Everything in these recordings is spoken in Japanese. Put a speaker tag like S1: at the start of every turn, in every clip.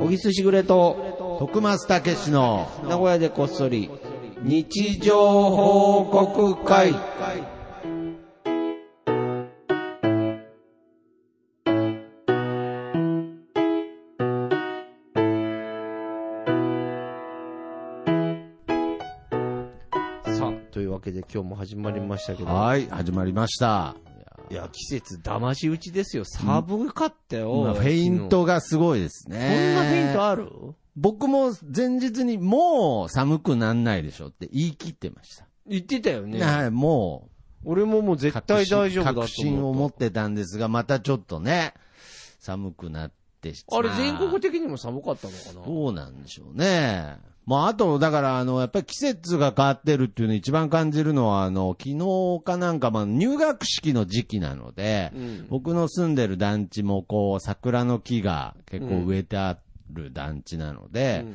S1: 小木すしぐれと、
S2: 徳松たけしの
S1: 名古屋でこっそり、日常報告会。さあ、というわけで今日も始まりましたけど、
S2: はい始まりました
S1: いや、季節、騙し討ちですよ。寒かったよ。
S2: 今フェイントがすごいです
S1: 昨日。こん
S2: ね
S1: なフェイントある
S2: 僕も前日にもう寒くなんないでしょって言い切ってました、
S1: 言ってたよね。
S2: はいも
S1: 俺ももう
S2: う
S1: 絶対大丈夫だと思う。
S2: 確信を持ってたんですがまたちょっとね寒くなってし
S1: あれ、全
S2: まあ
S1: 国的にも寒かったのかな
S2: どうなんでしょうね。まあ、あと、だから、あの、やっぱり季節が変わってるっていうの一番感じるのは、あの、昨日かなんか、まあ、入学式の時期なので、
S1: うん
S2: 僕の住んでる団地も、こう、桜の木が結構植えてある団地なので、
S1: うん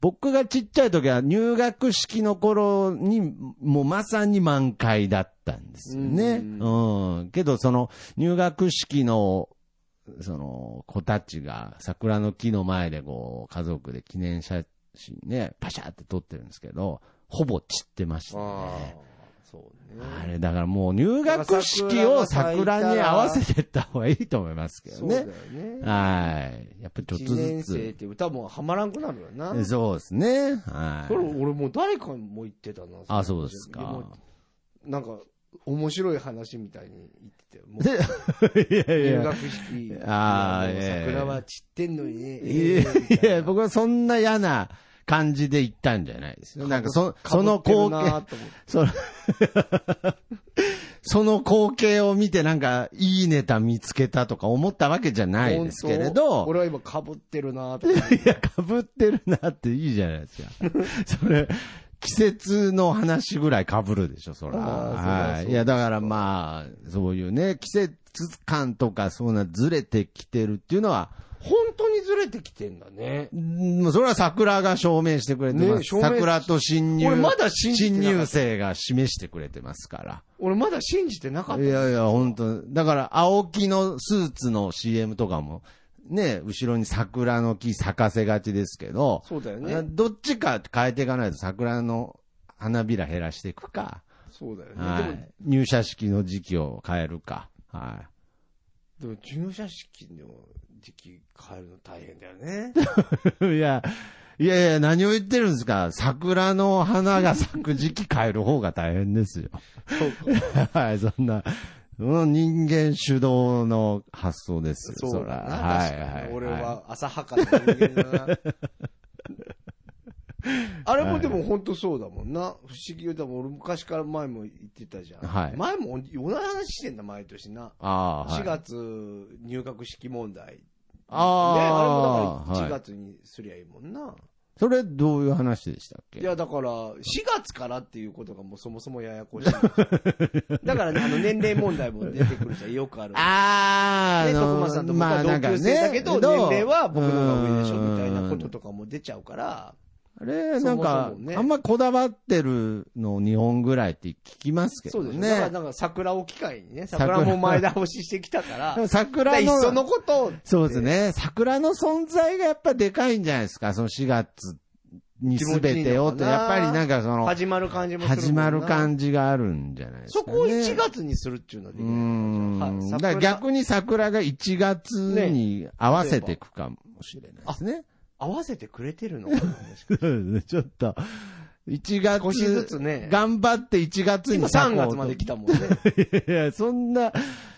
S2: 僕がちっちゃい時は入学式の頃に、もうまさに満開だったんですよね。
S1: う
S2: うん。けど、その入学式の、その子たちが桜の木の前でこう、家族で記念写真ね、パシャって撮ってるんですけど、ほぼ散ってました
S1: あ
S2: ね。
S1: あ、そうね。
S2: あれ、だからもう入学式を桜に合わせてった方がいいと思いますけど
S1: そうだよ
S2: ね。
S1: ね。
S2: はい。やっぱりちょっと
S1: 1年
S2: ず
S1: 生っ
S2: つ。
S1: て歌もはまらんくなるよな。
S2: そうですね。はい。
S1: それ俺もう誰かにも言ってたな。
S2: あ、そうですか。
S1: なんか、面白い話みたいに言ってたよ。もう
S2: でいやい
S1: 入
S2: や。
S1: 学式。
S2: ああ
S1: いやでも
S2: ええ
S1: 桜は散ってんのにね。
S2: い
S1: え
S2: や
S1: えみ
S2: い
S1: たい
S2: や、
S1: な
S2: 僕はそんな嫌な感じで行ったんじゃないですよ。なんかそ、その
S1: 被って
S2: 光
S1: るな
S2: 景、
S1: と思って
S2: その その光景を見てなんか、いいネタ見つけたとか思ったわけじゃないですけれ
S1: 本当
S2: ど、
S1: 俺は今かぶってるなと思って。
S2: いや、被ってるなっていいじゃない ですか。それ、季節の話ぐらい被るでしょ、そら。
S1: あーそりゃそう
S2: は
S1: です
S2: い。いや、だからまあ、そういうね、季節感とか、そんなずれてきてるっていうのは、
S1: 本当にずれてきてんだね。
S2: うんもうそれは桜が証明してくれてま
S1: ね
S2: す。
S1: 証明
S2: 桜と新入
S1: 俺まだ信じて
S2: 新
S1: なかった
S2: 入生が示してくれてますか。
S1: 俺まだ信じてなからった。
S2: いやいや、本当だから、青木のスーツの CM とかも、ね、後ろに桜の木咲かせがちですけど、
S1: そうだよね。
S2: どっちか変えていかないと桜の花びら減らしていくか、
S1: そうだよね。
S2: は
S1: でも
S2: い、入社式の時期を変えるか。はい
S1: でも入社式の時期変えるの大変だよ ね。
S2: いや、いやいや、何を言ってるんですか。桜の花が咲く時期変える方が大変ですよ。 はい、そんな、うん人間主導の発想ですよ。
S1: そうだ
S2: ら
S1: な。
S2: は
S1: 確か
S2: い、はい。
S1: に俺は浅はかな人間だ な。あれもでも本当そうだもんな。不思議だもん。俺昔から前も言ってたじゃん。
S2: はい
S1: 前も同じ話してんだ、毎年な。
S2: ああ、はい。
S1: 4月入学式問題。ね、
S2: あ
S1: あ
S2: あ、
S1: れもだから1
S2: はい。
S1: 月にすりゃいいもんな。
S2: それ、どういう話でしたっけ
S1: いや、だから、4月からっていうことがもうそもそもやや こしい。だからね、あの、年齢問題も出てくるじゃん、よくある。
S2: ああ、
S1: ね、
S2: あの
S1: 徳間さんと僕は同級生だけど、年齢は僕の方が上でしょ、みたいなこととかも出ちゃうから、
S2: あれ、なんか
S1: そもそも、ね
S2: あんまこだわってるの2本ぐらいって聞きますけ
S1: そ
S2: ど
S1: うですね。だから、
S2: ね。
S1: なんか桜を機会にね、
S2: 桜
S1: 桜も前倒ししてきたから、だから
S2: 桜
S1: いっ
S2: の、
S1: そのことを
S2: そうですね。桜の存在がやっぱでかいんじゃないですか。その4月に全てを
S1: 気持ちいいの
S2: と、
S1: かな
S2: やっぱりなんかその、
S1: 始まる感じもする
S2: 始
S1: もんな
S2: まる感じがあるんじゃないです
S1: そ
S2: か、ね。
S1: こを1月にするっていうのはで
S2: う
S1: きない。
S2: ん。
S1: は
S2: だ
S1: い
S2: から逆に桜が1月に合わせていくかもしれないですね。
S1: 合わせてくれてるのかな もしかして
S2: そうですねちょっと、1月、
S1: 少しずつね、
S2: 頑張って1月
S1: 今
S2: に
S1: 3月まで来た もんね。
S2: いやいや、そんな、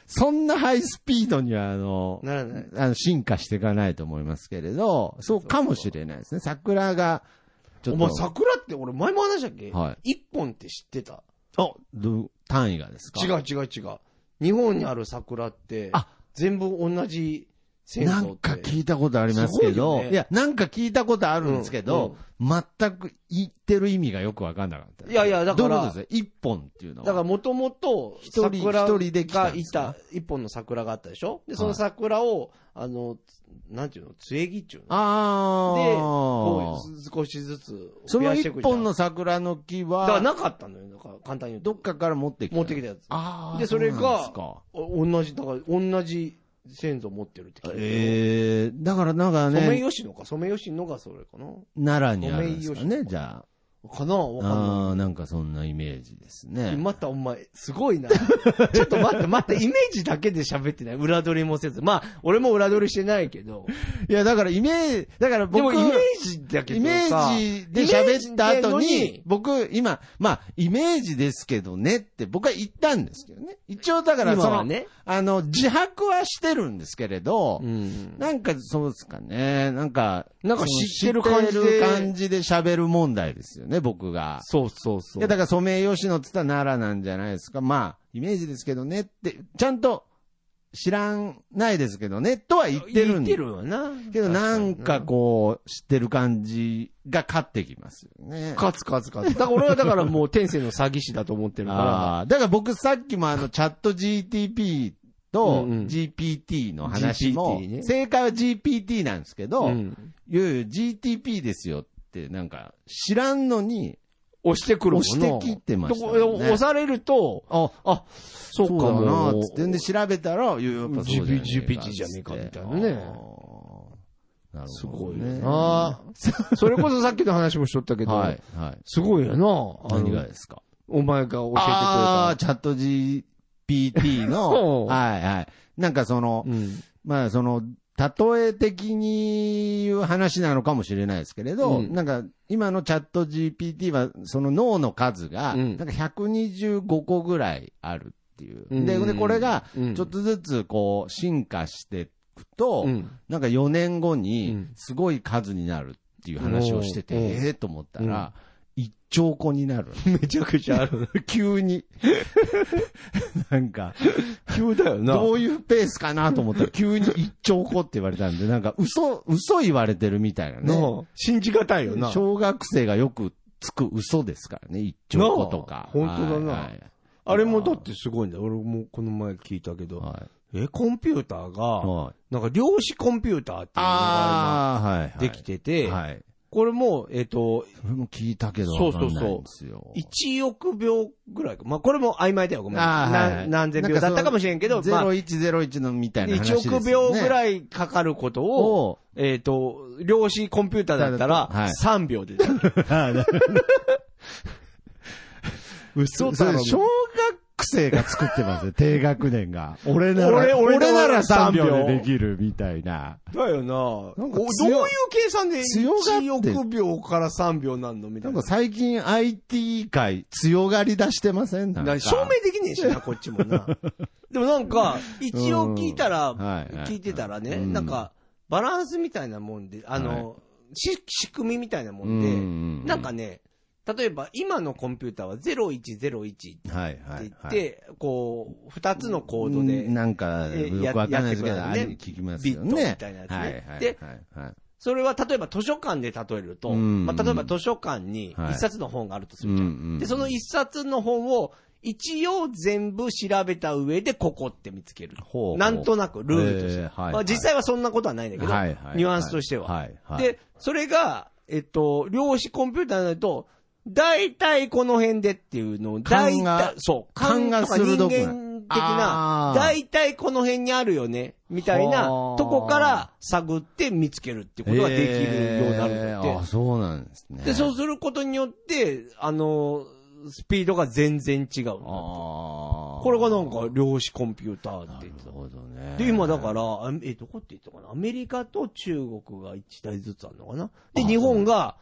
S2: そんなハイスピードには、あの、
S1: ならない。
S2: あの進化していかないと思いますけれど、そうかもしれないですね。桜が、ちょ
S1: お
S2: っ
S1: 前
S2: と、
S1: 桜って俺前も話したっけ
S2: は
S1: 一本って知ってた
S2: あど単位がですか
S1: 違う違う違う。日本にある桜って、
S2: あ
S1: 全部同じ線
S2: な
S1: 相
S2: ん
S1: って。
S2: か聞いたことありますけ
S1: すご
S2: ど、
S1: いよね
S2: いや、なんか聞いたことあるんですけど、全く言ってる意味がよくわかんなかった。
S1: いやいやだから
S2: どういうことですか一本っていうの
S1: だから
S2: は。
S1: もともと、
S2: 一人
S1: 桜
S2: 一人で来た
S1: が
S2: んで
S1: い
S2: すか
S1: た、一本の桜があったでしょで、そ
S2: は
S1: の
S2: い
S1: 桜を、あの、なんていうの、杖木っていうので、
S2: あ
S1: こ
S2: あ。
S1: う、少しずつ
S2: そ
S1: 増
S2: の
S1: やして
S2: 一
S1: いくじゃん
S2: 本の桜の木
S1: だから
S2: は、
S1: なかったのよ。だから簡単に言う
S2: ど
S1: と。
S2: っかから持ってきた。
S1: 持ってきたやつ。
S2: ああ。
S1: でそれが
S2: そうなんですか
S1: お同じ、だから同じ先祖持ってるって聞いたよ
S2: ええだからなんか
S1: ソメ
S2: ね、
S1: イヨシノか、ソメイヨシノがそれかな
S2: 奈良にあるんですか
S1: ソメイヨ
S2: ね、
S1: シノ
S2: じゃ
S1: かなわかん
S2: あ。ああ、なんかそんなイメージです
S1: ない。
S2: ね。
S1: またお前、すご いな。ちょっと待って、待って、イメージだけで喋ってない。裏取りもせず。まあ、俺も裏取りしてないけど。
S2: いや、だからイメージ、だから
S1: でも
S2: 僕、
S1: イメージだけ
S2: イ
S1: ど
S2: メ
S1: さ
S2: ージで喋った後
S1: イメージなの
S2: に、僕、今、まあ、イメージですけどねって僕は言ったんですけどね。一応だから、
S1: 今
S2: そ
S1: は
S2: の、
S1: ね
S2: あの、自白はしてるんですけれど、
S1: うん。
S2: なんかそうですかね、なんか、
S1: なんか知ってる感じ
S2: 知
S1: で
S2: ってる感じで喋る問題ですよね、僕が。
S1: そうそう
S2: い
S1: そ。
S2: うや、だからソメイヨシノって言ったら奈良なんじゃないですか。まあ、イメージですけどねって、ちゃんと知らんないですけどね、とは言ってるんで
S1: 言ってるよな。
S2: けどなんかこう、知ってる感じが勝ってきますよね。
S1: カツカツカツ。だから俺はだからもう天性の詐欺師だと思ってるか
S2: ああ、だから僕さっきもあのチャット GTP と
S1: うんうん
S2: GPT の話も
S1: GPT、ね
S2: 正解は GPT なんですけ
S1: ら。
S2: ど、
S1: ん。
S2: いやいや GTP ですよってなんか知らんのに、
S1: 押してくるもの
S2: 押してきてましたもんね
S1: どこ押されると、
S2: あ、あ、
S1: そうか
S2: そうだな
S1: も
S2: っ
S1: う
S2: つってんで調べたら、いややっぱそうじゃねえか
S1: GPT じゃねえかみたいなね
S2: あーなる
S1: す
S2: ほ
S1: ご
S2: ど
S1: い
S2: ね。
S1: よな。 それこそさっきの話もしとったけど、
S2: はい、はい。
S1: すごいよな。あ
S2: 何が
S1: の
S2: ですか
S1: お前が教えてくれ
S2: ああー、
S1: た。
S2: チャット GPT
S1: う
S2: の、
S1: ん
S2: はいはい。なんかその、
S1: うん。
S2: まあその、例え的に言う話なのかもしれないですけれど、
S1: うん
S2: なんか今のチャット GPT はその脳の数が、
S1: うん
S2: なんか125個ぐらいあるっていう。で、
S1: うん
S2: でこれが、
S1: うん
S2: ちょっとずつこう進化していくと、
S1: うん
S2: なんか4年後
S1: う
S2: に
S1: ん
S2: すごい数になるっていう話をしてて、
S1: うん
S2: ええと思ったら、1兆個に なる。
S1: めちゃくちゃある。
S2: 急に。 なんか、
S1: 急だ よな
S2: どういうペースかなと思 ったら、急に一兆個って言われたんで、なんか嘘、嘘言われてるみたいなね。
S1: なあ信じがたいよな。
S2: 小学生がよくつく嘘ですからね、一兆個とか。
S1: なあ本当だな
S2: はい
S1: あれもだってすごいんだよ。俺もこの前聞いたけど、
S2: はい
S1: え、コンピューター
S2: はい
S1: が、
S2: はい
S1: なんか量子コンピューターっていうのが
S2: ああ、はいはい。
S1: 今できてて、
S2: はい。
S1: これも、えっと、
S2: それも聞いたけど、
S1: そうそうそ
S2: わ
S1: う
S2: かんないんですよ
S1: 1億秒ぐらいか。まあ、これも曖昧だよ。ごめん。
S2: あーはいはい
S1: な何千秒だったかもしれんけど、まあ、
S2: 0101のみたいな話
S1: 1
S2: ですよね。
S1: 億秒ぐ
S2: い
S1: らいかかること を、
S2: を、
S1: えっ、と、量子コンピューターだったら、
S2: はい
S1: 3秒でできる。嘘
S2: そ
S1: だ
S2: れ
S1: ろ。
S2: 小学生が作って ますよ、低学年が。俺な
S1: 俺
S2: ら、
S1: 俺
S2: 俺
S1: なら
S2: なら3
S1: 3秒
S2: 秒でできるみたいな。
S1: だ
S2: な
S1: よな
S2: んか
S1: おどう
S2: 強い
S1: いう計算で
S2: 強がって
S1: 1億秒から3秒なんのみた
S2: ないん
S1: な
S2: か。最近 IT 界強がり出してませんなんか。
S1: な証明できねえしな、こっちも な。でもなんか、一応聞いたら、
S2: うんはいはい
S1: 聞いてたらね、
S2: うん
S1: なんか、バランスみたいなもんで、あの、し仕組みみたいなもんで、
S2: うん
S1: なんかね、例えば今のコンピューターは0101って
S2: はいはい、はい。
S1: 言って、こう、二つのコード
S2: うん
S1: で、
S2: なんか、
S1: えー
S2: よくわかんないですけど、
S1: や
S2: あ
S1: やっ
S2: あい
S1: て
S2: う
S1: く
S2: の
S1: れる
S2: 聞き
S1: ね
S2: ますよね。
S1: ビットみたいなやつね
S2: はいはい
S1: で
S2: はいはい
S1: それは例えば図書館で例えると、
S2: うん
S1: まあ、例えば図書館に一冊の本があるとするじゃん。
S2: うんうん
S1: で、その一冊の本を、一応全部調べた上でここって見つける。
S2: ほうほう
S1: なんとなくルールとして。
S2: えーはいはい
S1: まあ、実際はそんなことはないんだけど、
S2: はいはい
S1: ニュアンスとしては。
S2: はいはい
S1: で、それが、えっと、量子コンピューターになると、大体この辺でっていうのを、大
S2: 勘が
S1: 体、そう、
S2: 勘が
S1: とか人
S2: 鋭くない
S1: 間的
S2: あー、
S1: な大体この辺にあるよね、みたいな
S2: はあ
S1: とこから探って見つけるってことができるようになるんだって。
S2: えーあ、そうなんですね。
S1: で、そうすることによって、あの、スピードが全然違う。
S2: ああ。
S1: これがなんか量子コンピューターって
S2: な
S1: 言
S2: る
S1: ってた。
S2: ほどね。
S1: で、今だから、あえ、どこって言ったかなアメリカと中国が1台ずつあるのかなで、日本が、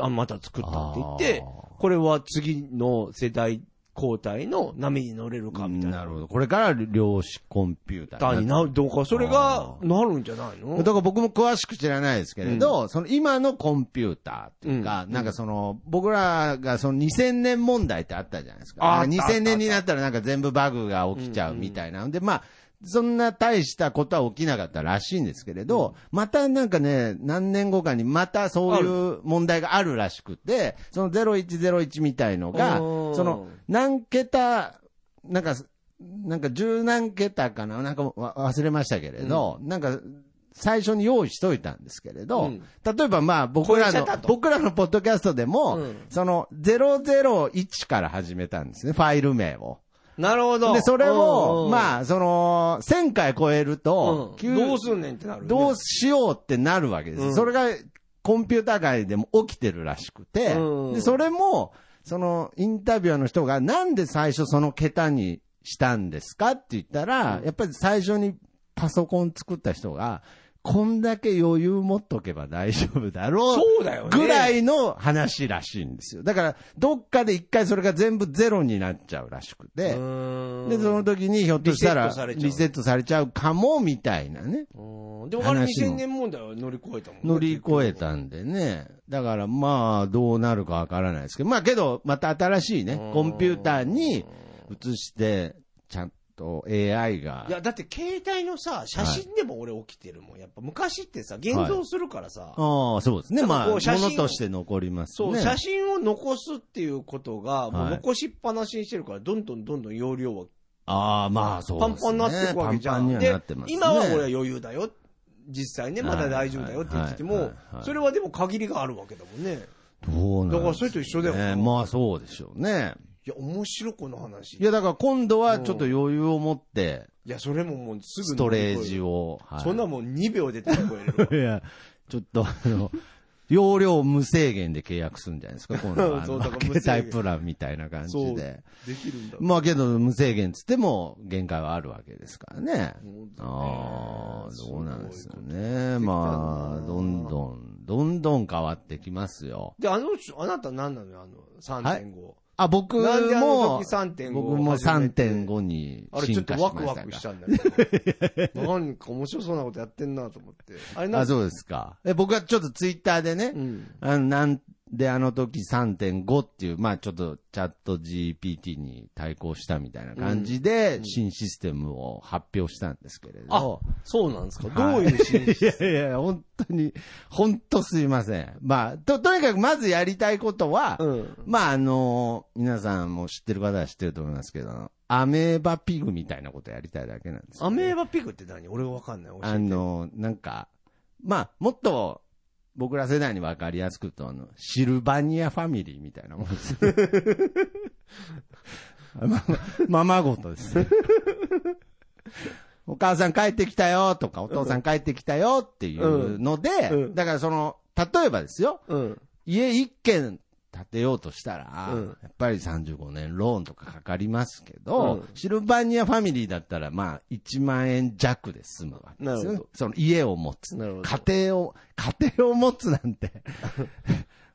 S1: あ、また作ったって言って
S2: あ、
S1: これは次の世代交代の波に乗れるかみたいな。
S2: なるほど。これから量子コンピュータ
S1: だ
S2: ー
S1: に
S2: に
S1: なる、どうか、それが、なるんじゃないの
S2: だから僕も詳しく知らないですけれど、その今のコンピューターっていうか、なんかその、僕らがその2000年問題ってあったじゃないですか。
S1: ああったあった
S2: 2000年になったらなんか全部バグが起きちゃうみたいな。で、まあ、そんな大したことは起きなかったらしいんですけれど、またなんかね、何年後かにまたそういう問題があるらしくて、その0101みたいのが、
S1: うん
S2: その何桁、なんか、なんか十何桁かな、なんかわ忘れましたけれど、なんか最初に用意しといたんですけれど、
S1: うん
S2: 例えばまあ僕ら
S1: 超え
S2: の
S1: ちゃった、と
S2: 僕らのポッドキャストでも、
S1: うん
S2: その001から始めたんですね、ファイル名を。
S1: なるほど。
S2: で、それを、
S1: あ、
S2: まあ、その、1000回超える
S1: うん
S2: と、急
S1: どうすんねんってなる、ね。
S2: どうしようってなるわけです。
S1: うん
S2: それが、コンピューター界でも起きてるらしくて、
S1: うん
S2: でそれも、その、インタビュアーの人が、なんで最初その桁にしたんですかって言ったら、
S1: うん
S2: やっぱり最初にパソコン作った人が、こんだけ余裕持っとけば大丈夫だろう。
S1: そうだよね。
S2: ぐらいの話らしいんですよ。だから、どっかで一回それが全部ゼロになっちゃうらしくて、で、
S1: で
S2: その時にひょっとしたら
S1: リセットされちゃう
S2: リセットされちゃうかも、みたいなね。
S1: でもあれ
S2: 話も
S1: 2000年問題は乗り越えたもんね
S2: 乗り越え。たんでね。だからまあ、どうなるかわからないですけど、まあけど、また新しいね
S1: うん、
S2: コンピューターに移して、ちゃんと AI が
S1: い。や、だって携帯のさ、写真でも俺起きてるもん。やっぱ昔ってさ、現像するからさ、
S2: ああ、そうですね。
S1: なんか
S2: まあ、
S1: こ
S2: も
S1: う写真を
S2: のとして残ります
S1: そう、
S2: ね。
S1: 写真を残すっていうことが、もう
S2: はい
S1: 残しっぱなしにしてるから、どんどんどんどん容量は
S2: ああ、まあ、そう
S1: パ
S2: で
S1: ン
S2: すね。
S1: パンになっていくわけじゃ
S2: パンパン
S1: ん。
S2: には
S1: で
S2: なってますね。
S1: 今は俺は余裕だよ。実際ね、まだ大丈夫だよって言ってて
S2: はいはい
S1: も
S2: はいは、い
S1: それはでも限りがあるわけだもんね。
S2: どうなん
S1: だからそれと一緒だよ
S2: ね。まあ、そうでしょうね。
S1: いや、面白この話。
S2: いや、だから今度はちょっと余裕を持って、
S1: いや、それももうすぐ
S2: ストレージ
S1: を。
S2: を。はい
S1: そんなもん2秒で乗り越えれるわ。
S2: いや、ちょっとあの、容量無制限で契約するんじゃないです か、今度は。あ
S1: そう
S2: の
S1: だから無制限
S2: 携帯プランみたいな感じで。
S1: できる んだ。
S2: まあけど、無制限っつっても限界はあるわけですからね。ああ、どうなんですよね。まあ、どんどん、どんどん変わってきますよ。
S1: で、あの人、あなた何なのよ、あの、3.5。
S2: あ、僕
S1: なんであの
S2: も
S1: 時、3.5
S2: 僕も
S1: 始めて
S2: 3.5に
S1: あれちょ
S2: 進
S1: っと
S2: 化し
S1: ワ
S2: ま
S1: ク
S2: し
S1: ワ
S2: た
S1: ク
S2: が
S1: し。たんだ けど。なんか面白そうなことやってんなと思って。あれなん
S2: あ、そうですか。え、僕はちょっとツイッターでね、
S1: うん。
S2: あの、なんであの時3.5っていう、まあちょっとチャット GPT に対抗したみたいな感じで、新システムを発表したんですけれ
S1: あ
S2: ど。、
S1: そうなんですか。ど
S2: は
S1: う
S2: い
S1: いうシーン
S2: いやいや、本当に、本当すいません。まあ、と、とにかくまずやりたいことは、
S1: うん。
S2: まああの、皆さんも知ってる方は知ってると思いますけど、アメーバピグみたいなことやりたいだけなんですよ
S1: ア
S2: ね、
S1: メーバピグって何俺わかんない。教えて
S2: あ、の、なんか、まあ、もっと、僕ら世代に分かりやすくと、あの、シルバニアファミリーみたいなもんですね。ま、ままごとですね。お母さん帰ってきたよとか、お父さん帰ってきたよっていうので、
S1: うんうん
S2: だからその、例えばですよ、
S1: うん。
S2: 家一軒建てようとしたら、
S1: うん
S2: やっぱり35年ローンとかかかりますけど、
S1: う
S2: シルバニアファミリーだったら、まあ、1万円弱で済むわけです
S1: な
S2: よ、
S1: る
S2: ね
S1: ほど。
S2: その家を持つ。
S1: なるほど
S2: 家庭を、家庭を持つなんて。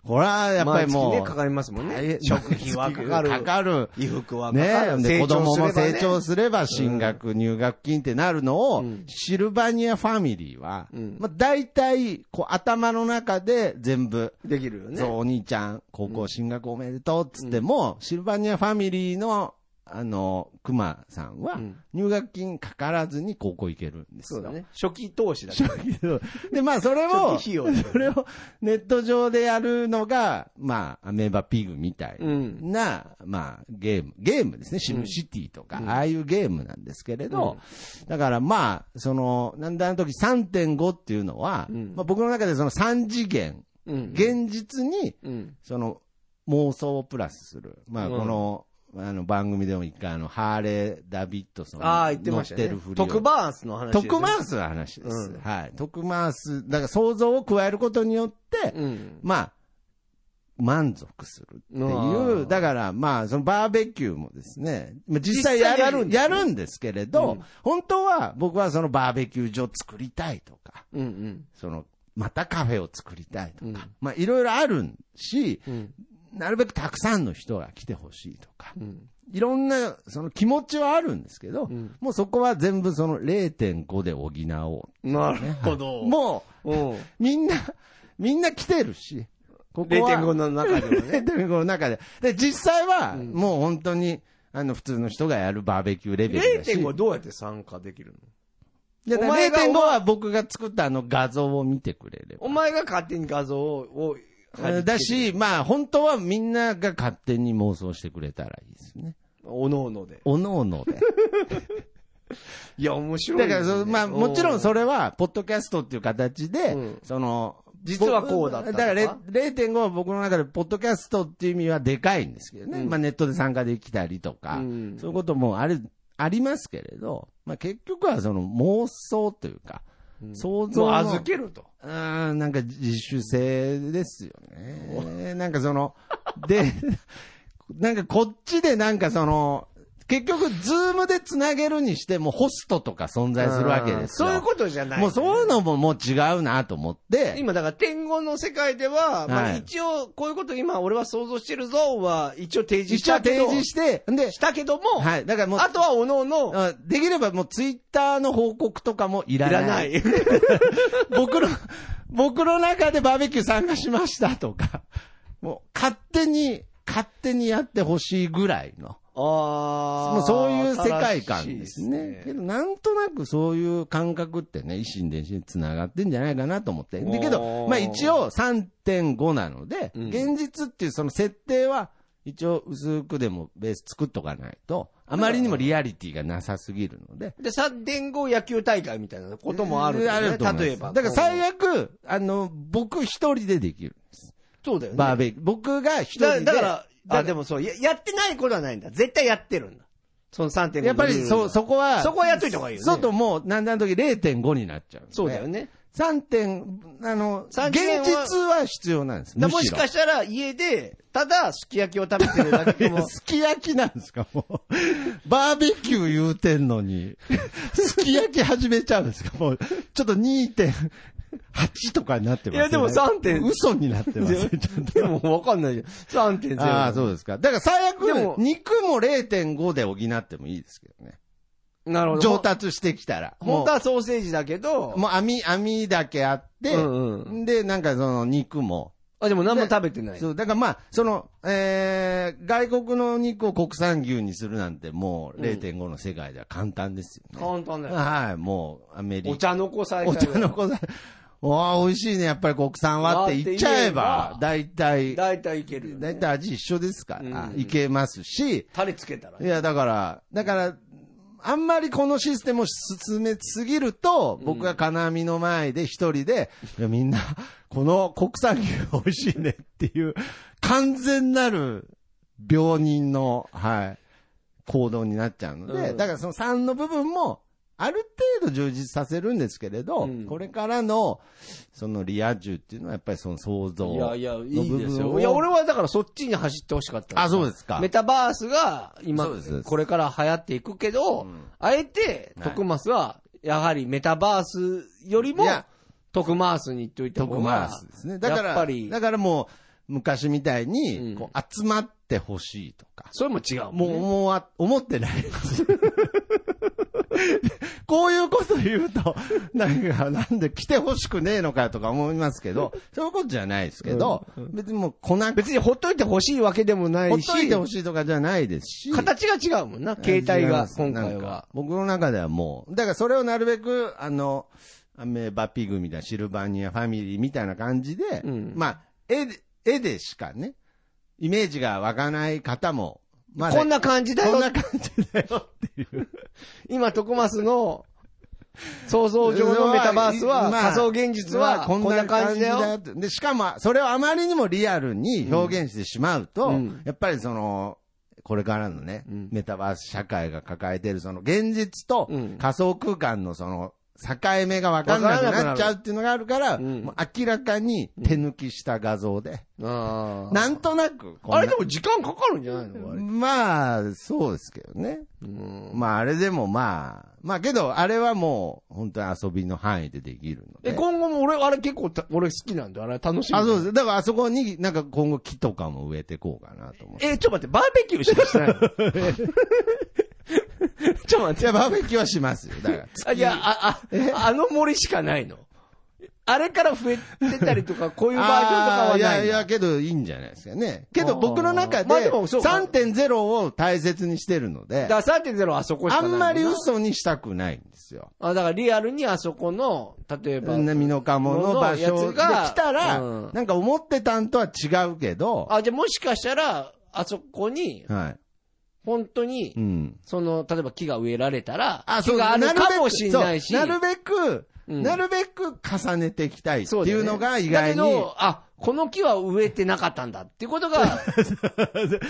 S2: これはやっぱりもう、
S1: 毎月ね、かかりますもん
S2: 大
S1: ね
S2: 変。
S1: 食費はかかる。
S2: かかる。
S1: 衣服はか
S2: ね
S1: かる。
S2: で、子供も成
S1: すれば
S2: 長
S1: ね
S2: すれば進学、入学金ってなるのを、
S1: うん
S2: シルバニアファミリーは、
S1: うん
S2: まあ、大体、こう、頭の中で全部、
S1: できるよね。
S2: そう、お兄ちゃん、高校進学おめでとうっつっても、シルバニアファミリーの、あの、熊さんは
S1: うん、
S2: 入学金かからずに高校行けるんです
S1: そ
S2: よ。
S1: うだね。初期投資だ
S2: 正
S1: から。
S2: 直。 で、まあ、それを、
S1: 初期
S2: そ
S1: 費用だから
S2: れをネット上でやるのが、まあ、アメーバピグみたい
S1: うん。
S2: な、まあ、ゲーム、ゲームですね。シムシティとか、
S1: うん
S2: ああいうゲームなんですけれど、だからまあ、その、なんだあの時3.5っていうのは、
S1: うん
S2: まあ僕の中でその3次元、
S1: うん。
S2: 現実に、
S1: うん。
S2: その妄想をプラスする。まあ、
S1: うん
S2: この、あの番組でも一回あの、ハーレー・ダビッドソン
S1: ああ、言ってました
S2: 乗って
S1: ね
S2: るふり。を
S1: 特バースの話ですね。
S2: 特マースの話です。
S1: うん
S2: はい。特マース、だから想像を加えることによって、
S1: うん。
S2: まあ、満足するって
S1: う
S2: い
S1: わ
S2: う、だからまあ、そのバーベキューもですね、まあ実際や
S1: 実際や
S2: る
S1: るんですね
S2: やるんですけれど、
S1: うん
S2: 本当は僕はそのバーベキュー場作りたいとか、
S1: うん
S2: その、またカフェを作りたいとか、
S1: うん
S2: まあいろいろあるし、
S1: うん。うん。
S2: なるべくたくさんの人が来てほしいとか
S1: う、ん。
S2: いろんな、その気持ちはあるんですけど、
S1: うん
S2: もうそこは全部その0.5で補お
S1: なるほど。
S2: う。も
S1: う、うん。
S2: う、みんな、みんな来てるし、ここは。
S1: 0.5の中で もね。
S2: 0.5の中で。で、実際は、
S1: うん
S2: もう本当に、あの、普通の人がやるバーベキューレベルだし。
S1: 0.5どうや って参加できるの
S2: いやだ
S1: お前が
S2: 0.5は僕が作ったあの画像を見てくれれば
S1: お。前が勝手に画像を、貼り付けて
S2: だ、し、まあ本当はみんなが勝手に妄想してくれたらいいですね。
S1: おのおので。
S2: おのおので。
S1: いや、面白い
S2: だ
S1: ね。
S2: からそ、まあ、もちろんそれは、ポッドキャストっていう形で、
S1: うん
S2: その、
S1: 実はこうだったと
S2: だ
S1: か。
S2: かられ0.5は僕の中で、ポッドキャストっていう意味はでかいんですけどね。
S1: うん
S2: まあネットで参加できたりとか、
S1: うん
S2: そういうこともある、ありますけれど、まあ結局はその妄想というか、
S1: うん
S2: 想像
S1: もう
S2: の
S1: 預けると。
S2: うーん、なんか自主性ですよね。なんかその、で、 なんかこっちでなんかその、結局、ズームでつなげるにしても、ホストとか存在するわけですよ。
S1: そういうことじゃない。
S2: もうそういうのももう違うなと思って、
S1: 今だから天狗の世界では、ま
S2: は
S1: あ
S2: い
S1: 一応こういうこと今俺は想像してるぞは一応提示し
S2: 一応
S1: たけ
S2: 提
S1: ど、
S2: 示して、で
S1: し、たけども、
S2: はい、だからもう、
S1: あとはおのおの、
S2: あできればもうツイッターの報告とかもいら
S1: い
S2: ない。
S1: らない。
S2: 僕の、僕の中でバーベキュー参加しましたとか、もう勝手に、勝手にやってほしいぐらいの。
S1: あ
S2: もう
S1: ー
S2: そういう世界観ですね。
S1: 新しい
S2: け
S1: です
S2: ど、なんとなくそういう感覚ってね、一心伝心に繋がってんじゃないかなと思って。
S1: おー
S2: で、けど、まあ一応3.5なので、
S1: うん
S2: 現実っていうその設定は、一応薄くでもベース作っとかないと、あまりにもリアリティがなさすぎるので、
S1: で、3.5野球大会みたいなこともあるんだよね、
S2: と思います
S1: 例えば。
S2: だから最悪、あの、僕一人でできる。
S1: そうだよね。
S2: バーベキュー。僕が一人
S1: だ
S2: で。
S1: だから、あ、でもそうや、やってないことはないんだ。絶対やってるんだ。その3.5
S2: やっぱりそ、そこは、
S1: そこはやっといた方がいいよね
S2: 外もう、なんだん時0.5になっちゃう、
S1: そうだよ。ね。
S2: 3点、あの、現
S1: 3点は
S2: 実は必要なんです。
S1: だ
S2: む
S1: もし
S2: ろ
S1: かしたら家で、ただすき焼きを食べてるだけで も、
S2: すき焼きなんですか、もう。バーベキュー言うてんの に、すき焼き始めちゃうんですか、もう。ちょっと2.8とかになってます、ね。
S1: いやでも3点
S2: 嘘になってますね、ちょっと
S1: でもわかんないじゃん。3.0。
S2: ああ、そうですか。だから最悪、
S1: でも
S2: 肉も0.5で補ってもいいですけどね。
S1: なるほど。
S2: 上達してきたら。
S1: 本
S2: も
S1: 当はソーセージだけど
S2: う、、もう網、網だけあって、
S1: うんうん
S2: で、なんかその肉も。
S1: あ、でも何も食べてない。
S2: そう、だからまあ、その、えー、外国の肉を国産牛にするなんてもう0.5の世界では簡単ですよね。
S1: 簡単だよ。
S2: はい、もうアメリ
S1: お
S2: カ。
S1: 茶の子最
S2: お
S1: 初。
S2: 茶の子さん。おー美味しいね、やっぱり国産はって言っちゃえば
S1: わ、
S2: だいたい、だ
S1: 大体いけるよ、ね。
S2: いたい味一緒ですから、
S1: うん
S2: いけますし、
S1: タレつけたら
S2: い。や、だから、だから、あんまりこのシステムを進めすぎると、僕が金網の前で一人で、いやみんな、この国産牛美味しいねっていう、完全なる病人の、はい、行動になっちゃうので、
S1: うん
S2: だからその3の部分も、ある程度充実させるんですけれど、
S1: うん
S2: これからの、そのリア充っていうのはやっぱりその想像。
S1: いやいや、いいで
S2: の
S1: す
S2: 部分
S1: よ。
S2: を
S1: いや、俺はだからそっちに走ってほしかった。
S2: あ、そうですか。
S1: メタバースが今
S2: そうですそうで、す
S1: これから流行っていくけど、
S2: うん
S1: あえて、
S2: はい
S1: 徳マスは、やはりメタバースよりも
S2: いや、
S1: 徳マースに行っといた
S2: 特
S1: 方
S2: マー
S1: が、
S2: スですね。だから、
S1: やっぱり
S2: だからもう、昔みたい
S1: うん
S2: に、こう、集まってほしいとか、
S1: それも違うもんね。
S2: もう思わ、思ってないです。 こういうこと言うと、 なんか、なんで来てほしくねえのかとか思いますけど、そういうことじゃないですけど、別にもう来なくて、
S1: 別にほっといてほしいわけでもな
S2: ほっ
S1: いし、
S2: といてほしいとかじゃないですし、
S1: 形が違うもんな、携
S2: 違
S1: 帯
S2: いま
S1: が、
S2: す
S1: 今
S2: な
S1: 回
S2: んか
S1: は。
S2: 僕の中ではもう、だからそれをなるべく、あの、アメーバピグみたいな、シルバニアファミリーみたいな感じで、
S1: うん
S2: まあ、絵で、絵でしかね、イメージが湧かない方も、まだ
S1: こんな感じだ
S2: こん
S1: よ
S2: な。感じだよっていう。
S1: 今、徳マスの、想像上のメタバースは、
S2: まあ
S1: 仮想現実は、こんな感じだよ。
S2: ってで、しかも、それをあまりにもリアルに表現してしまうと、
S1: うん
S2: やっぱりその、これからのね、
S1: うん
S2: メタバース社会が抱えているその現実と
S1: うん
S2: 仮想空間のその境目が分かんなくなっちゃうっていうのがあるから、
S1: うん
S2: もう明らかに手抜きした画像で、
S1: あー
S2: なんとなくこんな
S1: あれでも時間かかるんじゃないのあれ。
S2: まあ、そうですけどね。
S1: うん
S2: まあ、あれでもまあ、まあけど、あれはもう、本当に遊びの範囲でできるので。
S1: え、今後も俺、あれ結構た、俺好きなんだよ。あれ楽しみ。
S2: あ、そうです。だからあそこに、なんか今後木とかも植えていこうかなと思って。
S1: え、ちょっと待って、バーベキューし かしてないのちょっと待っ
S2: い
S1: て。
S2: や、バーベキューはしますよ。だから。
S1: あいや、あ、あ、あの森しかないの。あれから増えてたりとか、こういうバージョンとか
S2: あー
S1: はない
S2: いや
S1: の
S2: いや、けどいいんじゃないですかね。けど僕の中で、
S1: まあでもそうか
S2: 3.0を大切にしてるので、
S1: だから3.0はあそこし
S2: あ
S1: かないも
S2: ん
S1: な
S2: まり嘘にしたくないんですよ。
S1: あ、だからリアルにあそこの、例えば。
S2: 南の鴨の場所
S1: のや
S2: で
S1: つ
S2: 来
S1: が
S2: たら、
S1: うん
S2: なんか思ってたんとは違うけど、
S1: あ、じゃあもしかしたら、あそこに、
S2: は
S1: 本当
S2: い。う
S1: に、
S2: ん。
S1: その、例えば木が植えられたら、
S2: あ、
S1: 木
S2: そう
S1: がある
S2: なるべ
S1: か
S2: く
S1: もしれないし、
S2: そうなるべく、
S1: うん
S2: なるべく重ねていきたいっていうのが意外に。
S1: だけど、あ、この木は植えてなかったんだっていうこと が、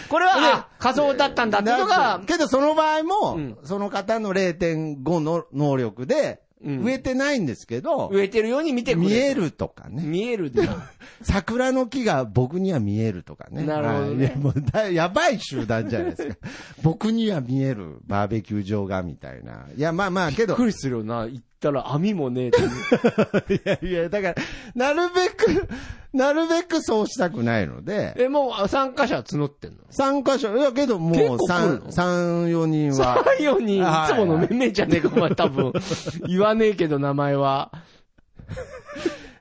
S1: これは、あ、仮想だったんだっていうの
S2: な
S1: が
S2: ん、かけどその場合も、
S1: うん
S2: その方の0.5の能力で、
S1: うん
S2: 植えてないんですけど、
S1: 植えてるように見てくれ
S2: 見え。るとかね。
S1: 見え るで。
S2: 桜の木が僕には見えるとかね。
S1: なるほどね
S2: はいいやもうだやばい集団じゃないです か。僕には見えるバーベキュー場がみたいな。いや、まあまあ、け
S1: びっ
S2: ど
S1: く、りするよな。行ったら網もねえ っていう
S2: いやいや、だから、なるべく、なるべくそうしたくないので、
S1: え、もうあ参加者は募ってんの
S2: 参加者、いや、けども
S1: 結構
S2: う
S1: 来る
S2: 三
S1: の
S2: 三4人は。
S1: 太陽に、い
S2: はい
S1: つものめんめんじゃねえか、お前多 分。言わねえけど、名前は。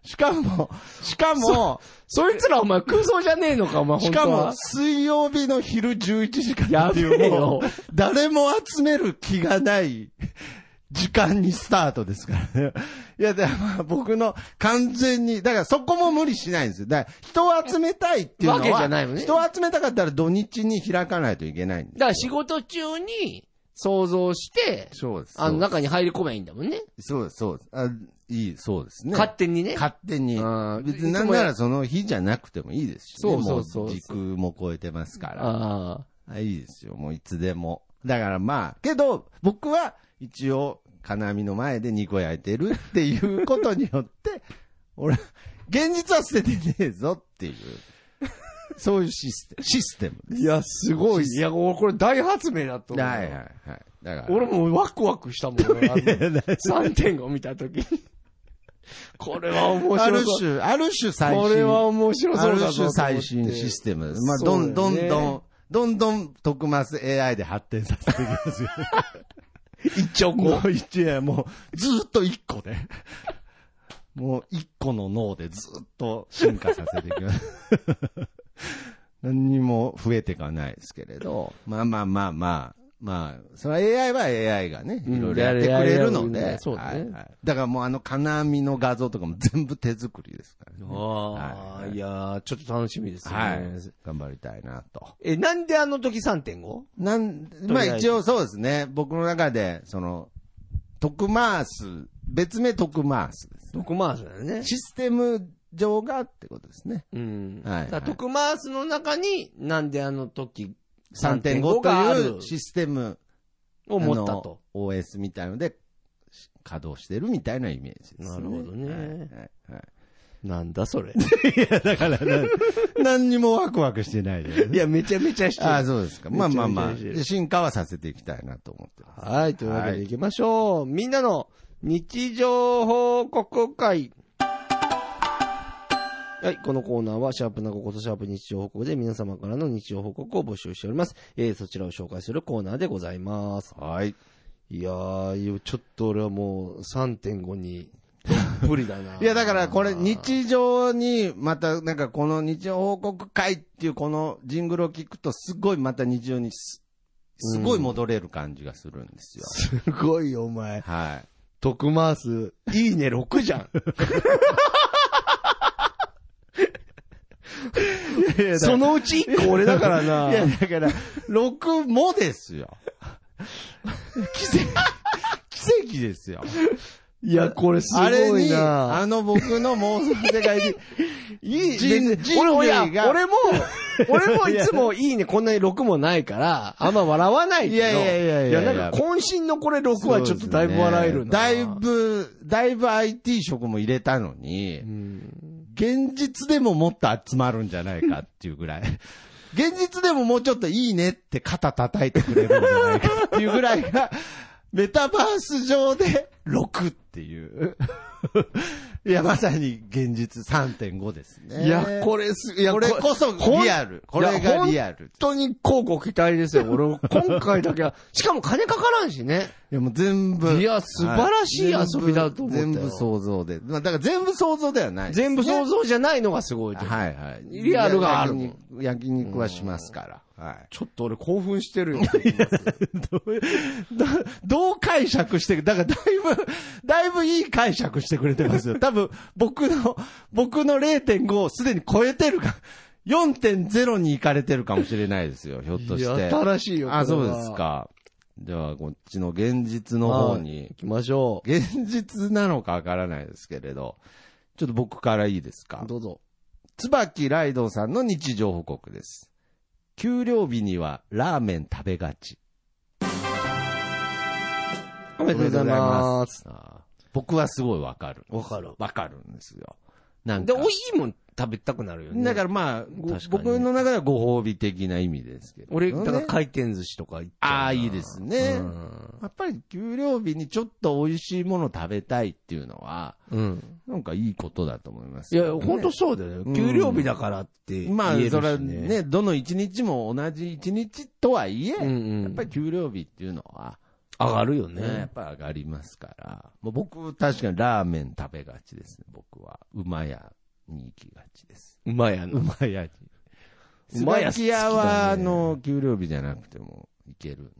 S2: しかも、しかも、
S1: そいつらお前空想じゃねえのか、お前
S2: し
S1: 本当
S2: かも
S1: は、。
S2: 水曜日の昼11時から
S1: や
S2: って
S1: べ
S2: い
S1: え
S2: う、も
S1: よ
S2: う。、誰も集める気がない時間にスタートですからね。いや、だからまあ僕の完全に、だからそこも無理しないんですよ。だから人を集めたいっていうのは、
S1: わけじゃないのね
S2: 人を集めたかったら土日に開かないといけないんで
S1: だから仕事中に想像して、
S2: す。そうです。
S1: あの中に入り込めばいいんだもんね。
S2: そうです、そうです。あいい、そうですね。
S1: 勝手にね。
S2: 勝手に
S1: あー。
S2: 別になんならその日じゃなくてもいいですし、ね、
S1: そうそうそう
S2: も時空も超えてますから。
S1: あ
S2: あいいですよ、もういつでも。だからまあ、けど、僕は一応、金網の前で2個焼いてるっていうことによって、 俺、現実は捨ててねえぞっていう、そういうシステム、システム
S1: あ。いや、すごい。いや、これ大発明だと
S2: で
S1: 思
S2: す。
S1: う。
S2: はいはいはい。だから、
S1: 俺もワクワクしたもん。あの3.5見たときに。 これは面
S2: あ
S1: 白
S2: る
S1: そう。
S2: 種、ある種最新。
S1: これは面白
S2: あ
S1: そう
S2: る
S1: だぞと思
S2: 種
S1: っ
S2: 最
S1: て。
S2: 新システムです。まあ、
S1: そ
S2: ど
S1: うだよね
S2: んどんどん、どんどん特マス AI で発展させていきますよ。
S1: 一丁
S2: も
S1: こ
S2: う一夜、もう、ずーっと一個で。もう一個の脳でずっと進化させていきます。何にも増えていかないですけれど、まあまあまあまあ、まあ、それは AI は AI がね、
S1: うん
S2: いろいろやってくれるの
S1: やれや
S2: で、
S1: れそうだね
S2: はいはいだからもうあの金網の画像とかも全部手作りですからね。
S1: ああ、いやーちょっと楽しみですね。
S2: はい。頑張りたいなと。
S1: え、なんであの時 3.5?
S2: なん、まあ
S1: とりあえず
S2: 一応そうですね。僕の中で、その、特マース、別名特マースです。
S1: 特マースだよね。
S2: システム上がってことですね。
S1: うん。
S2: はい
S1: だから特マースの中に、なんであの時
S2: 3.5
S1: 3.5があ
S2: とい
S1: る
S2: うシステム
S1: を持ったと。
S2: あの OS みたいのでし稼働してるみたいなイメージです、ね。
S1: なるほどね
S2: はいはいはい
S1: なんだ それ。
S2: いや、 だから、な 何にもワクワクしてないです
S1: いや、めちゃめちゃしてる
S2: ああ、そうですか。まあまあま
S1: めちゃめちゃ嬉し
S2: あ、進化はさせていきたいなと思ってます。
S1: はい、というわけで行きましょう。みんなの日常報告会。はい、このコーナーは、シャープなごこそシャープ日常報告で皆様からの日常報告を募集しております。えー、そちらを紹介するコーナーでございます。
S2: はい。
S1: いやー、ちょっと俺はもう3.5にどっぷりだ な。
S2: いや、だからこれ、日常に、また、なんかこの日常報告会っていうこのジングルを聞くと、すごいまた日常にす、すごい戻れる感じがするんです よ。
S1: すごいよ、お前。
S2: はい。
S1: 特マース、いいね6じゃん。そのうち1個俺だからな。
S2: いや、だから、6もですよ。奇跡、奇跡ですよ。
S1: いや、これす
S2: あれ
S1: ごい
S2: に、
S1: な
S2: あの僕の妄想の世界に、
S1: いい、
S2: 人
S1: 別に
S2: 人類
S1: 俺もい
S2: が
S1: や俺も、俺もいつもいいね、こんなに6もないから、あんま笑わないけど。
S2: いやいやいやいやいや
S1: なんか渾身のこれ6はちょっとだいぶ笑えるな。
S2: だい。ぶ、だいぶ IT 職も入れたのに、
S1: うん。
S2: 現実でももっと集まるんじゃないかっていうぐらい。現実でももうちょっといいねって肩叩いてくれるんじゃないかっていうぐらいが、メタバース上で6っていう。いや、まさに現実3.5ですね。
S1: いや、これす、いや、
S2: これこそリアル。こ
S1: ほん
S2: れがリアル。
S1: 本当に広告期待ですよ。俺、 今回だけは、しかも金かからんしね。
S2: いや、もう全部。
S1: いや素晴らしい遊びだと思ったよ
S2: 全部全部想像で。まあ、だから全部想像ではない。
S1: 全部想像じゃないのがすごいと思う。
S2: はいはい。
S1: リアルがあるもん
S2: 焼肉焼肉はしますから。はい。
S1: ちょっと俺興奮してるよ。
S2: どうどうどう解釈してだからだいぶ、だいぶいい解釈してくれてますよ。 多分、僕の、僕の0.5をすでに超えてるか、4.0に行かれてるかもしれないですよ、ひょっとして。
S1: いや新しいよ
S2: あ、
S1: こ
S2: そ
S1: れ
S2: う
S1: は
S2: ですか。じゃあ、こっちの現実の方
S1: はい
S2: に
S1: 行、きましょ
S2: 現実なのかわからないですけれど、ちょっと僕からいいですか
S1: う。どうぞ。
S2: 椿ライドさんの日常報告です。給料日にはラーメン食べがち。
S1: おめでとうございます。
S2: す。あー僕はすごいわかる。
S1: わかる
S2: わかるんですよ。なん
S1: で、
S2: か。
S1: 美味しいもん食べたくなるよね。、
S2: だかららまあ、ご
S1: 確かに
S2: 僕の中ではご褒美的な意味ですけど、
S1: 俺、だから
S2: ね
S1: 回転寿司とか行っちゃうな
S2: ああ、いいですね、
S1: うん
S2: やっぱり給料日にちょっと美味しいもの食べたいっていうのは、
S1: うん。
S2: なんかいいことだと思います
S1: い
S2: よ
S1: や、
S2: ね、
S1: 本当そうだよ
S2: う
S1: ね。
S2: ん
S1: 給料日だからって言えるし、ね。
S2: まあ、それはね、どの一日も同じ一日とはいえ、
S1: うんうん。
S2: やっぱり給料日っていうのは、
S1: 上がるよ
S2: ね、やっ
S1: ね。
S2: ぱ上がりますから、もう僕、確かにラーメン食べがちですね、僕は。馬屋に行きがちです。
S1: うまいやな。
S2: 馬屋に。
S1: うまいや
S2: 椿屋
S1: 好きだ
S2: は、
S1: ね
S2: あの、給料日じゃなくても行けるんで。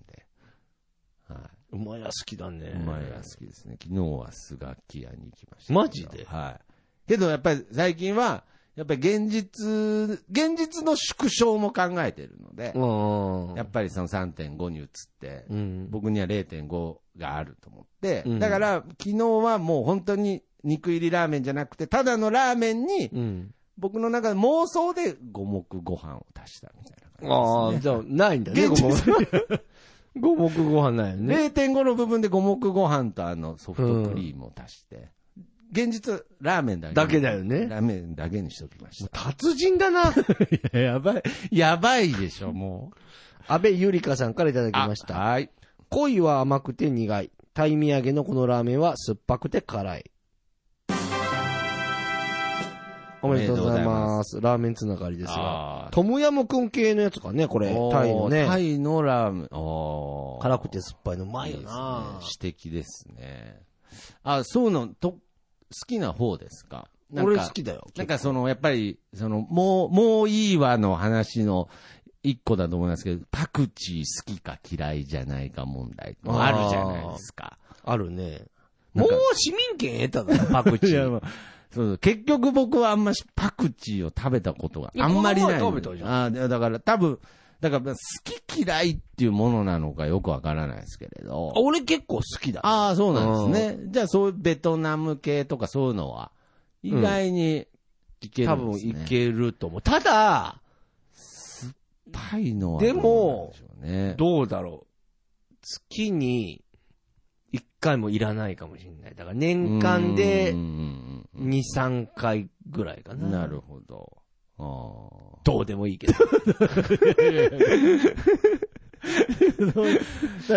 S2: は
S1: うまいや好きだね。
S2: い。馬屋好きですね。昨日はスガキ屋に行きましたけど。
S1: マジで
S2: はい。けどやっぱり最近は、やっぱり現実、現実の縮小も考えてるので、
S1: うん。
S2: やっぱりその3.5に移って、
S1: うん。
S2: 僕には0.5があると思って、
S1: うん
S2: だから昨日はもう本当に肉入りラーメンじゃなくて、ただのラーメンに
S1: うん。
S2: 僕の中で妄想で五目ご飯を足したみたいな
S1: あ
S2: 感
S1: あ、
S2: じです、
S1: じ
S2: ね。
S1: ゃあ、ないんだね、
S2: 現
S1: ご
S2: 実
S1: 目。 五目ご飯ないよね。
S2: 0.5の部分で五目ご飯とあのソフトクリームを足して、現実ラーメンだけ。
S1: だけだよね
S2: ラーメンだけにしときました。
S1: 達人だ な。
S2: やばい、やばいでしょ、もう。
S1: 安倍ゆりかさんからいただきました。
S2: はい。
S1: 恋は甘くて苦い。タイ土産のこのラーメンは酸っぱくて辛い。おめでとうございます。ラーメンつながりですが。
S2: あー
S1: トムヤムくん系のやつかね、これ。
S2: おー
S1: タイの
S2: タ
S1: ね。
S2: イのラーメン。おー
S1: 辛くて酸っぱいのうまいよな。
S2: 指摘ですね。あ、そうなん、と、好きな方ですかなんか
S1: 俺好きだよ。
S2: なんかその、やっぱり、その、もう、もういいわの話の一個だと思いますけど、パクチー好きか嫌いじゃないか問題もあるじゃないですか。
S1: あるね。
S2: な
S1: も
S2: ん
S1: う
S2: か
S1: 市民権得ただ ろ、パクチ
S2: いや
S1: ー。
S2: まあそうそう結局僕はあんましパクチーを食べたことがあんまりない。
S1: いやこの前食べたじゃん
S2: あーでだから多分、だから好き嫌いっていうものなのかよくわからないですけれど。
S1: 俺結構好きだ。
S2: ああ、そうなんですね。じゃあ、そういうベトナム系とかそういうのは、意外にいける
S1: 多
S2: ん
S1: 分
S2: です、ね
S1: いけると思う。ただ、
S2: パイのは
S1: でも
S2: どうなんでしょうね、
S1: どうだろう。月に1回もいらないかもしれない。だから年間で
S2: うんうんうん
S1: 2、3回ぐらいか
S2: う
S1: な。
S2: んなるほど。あ
S1: どうでもいいけど。
S2: あ。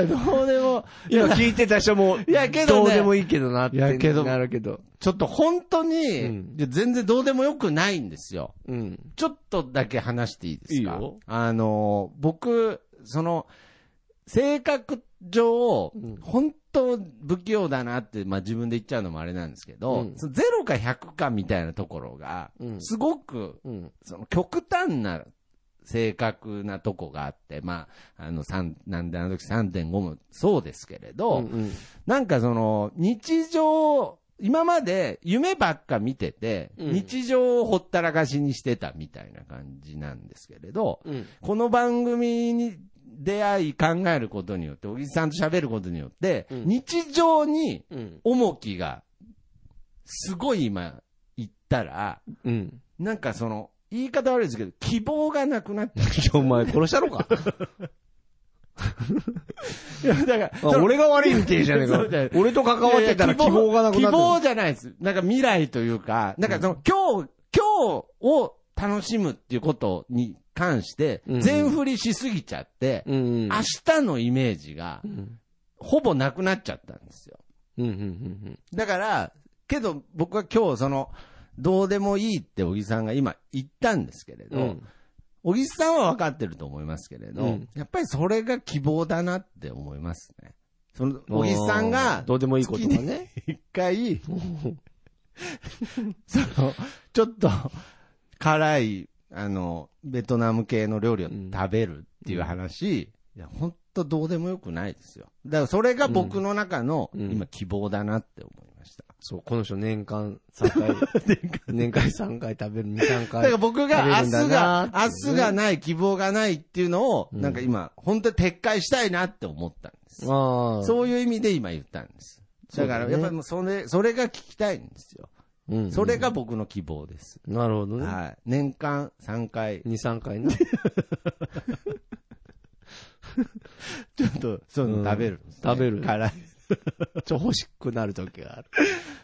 S2: どうでも、
S1: 今 聞いてた人も、
S2: いやけどね
S1: どうでもいいけどなって
S2: いやけど
S1: なるけど。
S2: ちょっと本当に、
S1: うん
S2: いや全然どうでもよくないんですよ。
S1: うん。
S2: ちょっとだけ話していいですか
S1: いいよ
S2: あの、僕、その、性格上、
S1: うん
S2: 本当不器用だなって、まあ自分で言っちゃうのもあれなんですけど、
S1: うん
S2: その0か100かみたいなところが、
S1: うん
S2: すごく、
S1: うん。
S2: その極端な性格なとこがあって、まあ、あの3、なんであの時3.5もそうですけれど、
S1: うん
S2: なんかその、日常、今まで夢ばっか見てて、
S1: うん
S2: 日常をほったらかしにしてたみたいな感じなんですけれど、
S1: うん。
S2: この番組に出会い考えることによって、小木さんと喋ることによって、
S1: うん
S2: 日常に
S1: うん。
S2: 重きが、すごい今、言ったら、
S1: うん。
S2: なんかその、言い方悪いですけど、希望がなくなって、
S1: お前殺したろか。
S2: いや だから、
S1: あ俺が悪いみてえじゃね え
S2: そ
S1: か
S2: うだよ。
S1: 俺と関わってたら
S2: いや
S1: 希
S2: いや
S1: 望がなくな
S2: 希望
S1: っ
S2: じゃないです。なんか未来というか、なんかその、今日、今日を楽しむっていうことに関して、
S1: うん
S2: 全振りしすぎちゃって、
S1: てる。うんうん。
S2: 明日のイメージが
S1: う、ん。
S2: ほぼなくなっちゃったんですよ。
S1: うんうんうん
S2: だから、けど僕は今日その、どうでもいいって小木さんが今言ったんですけれ
S1: うん。
S2: ど、
S1: うん。
S2: 小木さんは分かってると思いますけれど、
S1: うん
S2: やっぱりそれが希望だなって思いますね。その、小木さんが、
S1: どうでもいいことがね。
S2: 一回、その、ちょっと、辛い、あの、ベトナム系の料理を食べるっていう話、いや、ほんとどうでもよくないですよ。だからそれが僕の中の、
S1: うん
S2: 今希望だなって思いました。
S1: そう、この人年間3回、 年間3回食べる、2、3
S2: だか
S1: 回
S2: ら。僕が明日
S1: 食べるんだな
S2: が
S1: っ、ていうね
S2: 明日がない、希望がないっていうのを、
S1: うん
S2: なんか今、本当に撤回したいなって思ったんです。
S1: ああ。
S2: そういう意味で今言ったんです。だから、
S1: そうだね
S2: やっぱりもうそれ、それが聞きたいんですよ。
S1: うんうん
S2: それが僕の希望です。
S1: なるほどね。
S2: はい。年間3回。
S1: 2、3 回ね。
S2: ちょっと、そういうの食べるんですね、
S1: 食べる
S2: から。だ か
S1: ちょ、欲しくなる時があ る。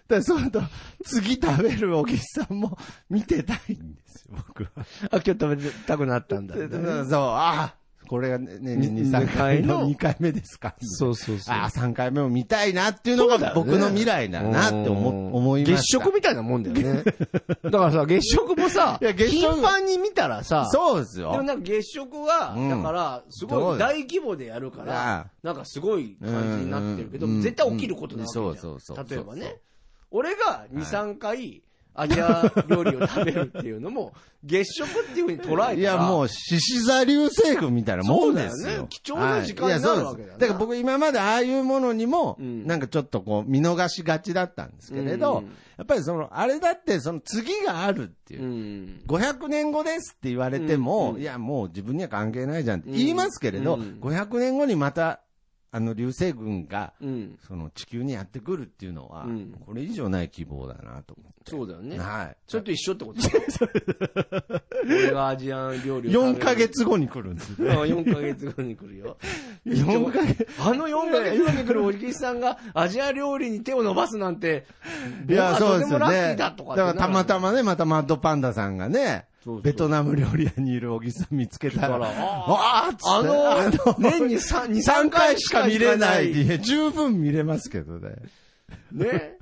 S2: らそのと、次食べるおぎさんも見てたいんですよ、僕は。
S1: あ、今日食べたくなったんだ、
S2: ででそう、ああ、これがね、ね2、
S1: に
S2: 3回の2
S1: 二
S2: 回目ですか。
S1: そうそうそう。
S2: ああ、3回目を見たいなっていうのが僕の未来だなって
S1: うん
S2: 思思いました。
S1: 月食みたいなもんだ よね。だからさ、月食もさ、
S2: いや月食
S1: 頻繁に見たらさ、
S2: そうです
S1: でも
S2: よ。
S1: なんか月食は、
S2: うん
S1: だから、す
S2: どう
S1: ご
S2: よ
S1: い大規模でやるか
S2: ああ
S1: ら、なんかすごい感じになってるけど
S2: うんうん、
S1: 絶対起きることなわけじゃん
S2: うんそうそうそう
S1: 例えば
S2: そうそう
S1: ね、俺が2、3回、アジア料理を食べるっていうのも、 月食っていうふうに捉えたら、
S2: いや、もう、獅子座流星群みたいなもんです
S1: そうだよ
S2: よ
S1: ね。貴重な時間になる
S2: はいいやそうです
S1: わけだな
S2: だから僕今までああいうものにも、
S1: うん
S2: なんかちょっとこう、見逃しがちだったんですけれど、
S1: うん
S2: やっぱりその、あれだってその次があるっていうう。
S1: ん、
S2: 500年後ですって言われても、
S1: うん
S2: いや、もう自分には関係ないじゃんって言いますけれど、
S1: うん
S2: 500年後にまた、あの、流星群が、
S1: うん、
S2: その地球にやってくるっていうのは、
S1: うん
S2: これ以上ない希望だなと思って。
S1: そうだよね。
S2: はい。
S1: それと一緒ってことだよ 俺がアジアン料理を食べる
S2: 4ヶ月後に来るんです
S1: あ
S2: ね。
S1: 4ヶ月後に来るよ。
S2: 4ヶ月。
S1: あの4ヶ月後に来るおじきさんがアジア料理に手を伸ばすなんて、
S2: いや、
S1: 僕
S2: そ
S1: は
S2: う
S1: と
S2: で
S1: て
S2: す
S1: も
S2: よ
S1: ラッキ
S2: ね。
S1: ーだとか
S2: からたまた
S1: ま
S2: まね、またマッドパンダさんがね、
S1: そうそう
S2: ベトナム料理屋にいるおぎさん見つけたら、
S1: だから
S2: あーっつ
S1: あ
S2: って
S1: の、年に3、2、3
S2: 3回
S1: 回
S2: し
S1: し
S2: か
S1: か
S2: 見
S1: 見
S2: れ
S1: れ
S2: な。
S1: ないい。
S2: いや、十分見れますけどね。
S1: ね。